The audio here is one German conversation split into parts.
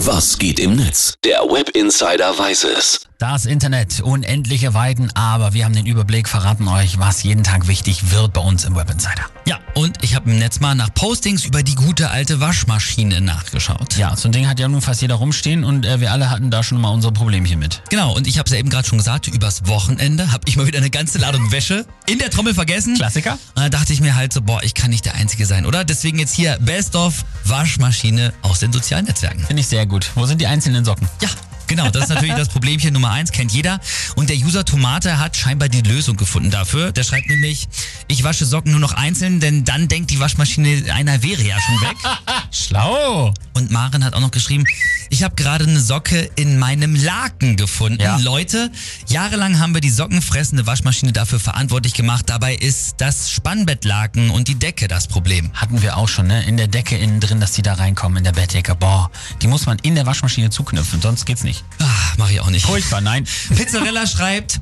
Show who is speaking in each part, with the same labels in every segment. Speaker 1: Was geht im Netz? Der Web Insider weiß es.
Speaker 2: Das Internet, unendliche Weiten, aber wir haben den Überblick, verraten euch, was jeden Tag wichtig wird bei uns im Web Insider.
Speaker 3: Ja, und ich habe im Netz mal nach Postings über die gute alte Waschmaschine nachgeschaut.
Speaker 2: Ja, so ein Ding hat ja nun fast jeder rumstehen und äh, wir alle hatten da schon mal unsere Problemchen mit.
Speaker 3: Genau, und ich habe es ja eben gerade schon gesagt, übers Wochenende habe ich mal wieder eine ganze Ladung Wäsche in der Trommel vergessen.
Speaker 2: Klassiker?
Speaker 3: Und da dachte ich mir halt so, boah, ich kann nicht der Einzige sein, oder? Deswegen jetzt hier Best of Waschmaschine aus den sozialen Netzwerken.
Speaker 2: Finde ich sehr gut. Wo sind die einzelnen Socken?
Speaker 3: Ja, genau, das ist natürlich das Problemchen Nummer eins, kennt jeder. Und der User Tomate hat scheinbar die Lösung gefunden dafür. Der schreibt nämlich, ich wasche Socken nur noch einzeln, denn dann denkt die Waschmaschine, einer wäre ja schon weg.
Speaker 2: Schlau!
Speaker 3: Und Maren hat auch noch geschrieben, ich habe gerade eine Socke in meinem Laken gefunden.
Speaker 2: Ja.
Speaker 3: Leute, jahrelang haben wir die sockenfressende Waschmaschine dafür verantwortlich gemacht. Dabei ist das Spannbettlaken und die Decke das Problem.
Speaker 2: Hatten wir auch schon, ne? In der Decke innen drin, dass die da reinkommen, in der Bettdecke. Boah, die muss man in der Waschmaschine zuknüpfen, sonst geht's nicht.
Speaker 3: Ah, mach ich auch nicht.
Speaker 2: Furchtbar, nein.
Speaker 3: Pizzarella schreibt.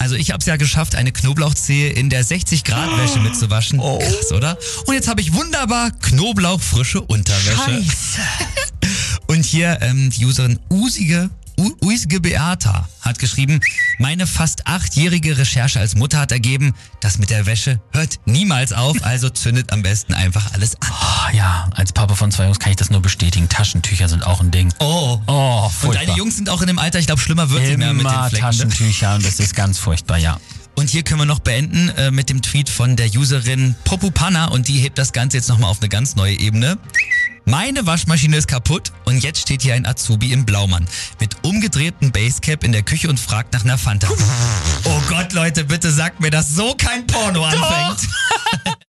Speaker 3: Also ich habe es ja geschafft, eine Knoblauchzehe in der 60-Grad-Wäsche mitzuwaschen.
Speaker 2: Oh.
Speaker 3: Krass, oder? Und jetzt habe ich wunderbar knoblauchfrische Unterwäsche. Und hier ähm, die Userin Usige, U- Usige Beata hat geschrieben, meine fast achtjährige Recherche als Mutter hat ergeben, das mit der Wäsche hört niemals auf, also zündet am besten einfach alles an.
Speaker 2: Ah ja, als Papa von zwei Jungs kann ich das nur bestätigen. Taschentücher sind auch ein Ding.
Speaker 3: Oh,
Speaker 2: Oh,
Speaker 3: Und
Speaker 2: furchtbar.
Speaker 3: deine Jungs sind auch in dem Alter, ich glaube, schlimmer wird es mehr
Speaker 2: Immer
Speaker 3: mit den Flecken. ne?
Speaker 2: Taschentücher und das ist ganz furchtbar, ja.
Speaker 3: Und hier können wir noch beenden äh, mit dem Tweet von der Userin Popupanna und die hebt das Ganze jetzt nochmal auf eine ganz neue Ebene. Meine Waschmaschine ist kaputt und jetzt steht hier ein Azubi im Blaumann mit umgedrehtem Basecap in der Küche und fragt nach einer Fanta. Oh Gott, Leute, bitte sagt mir, dass so kein Porno anfängt.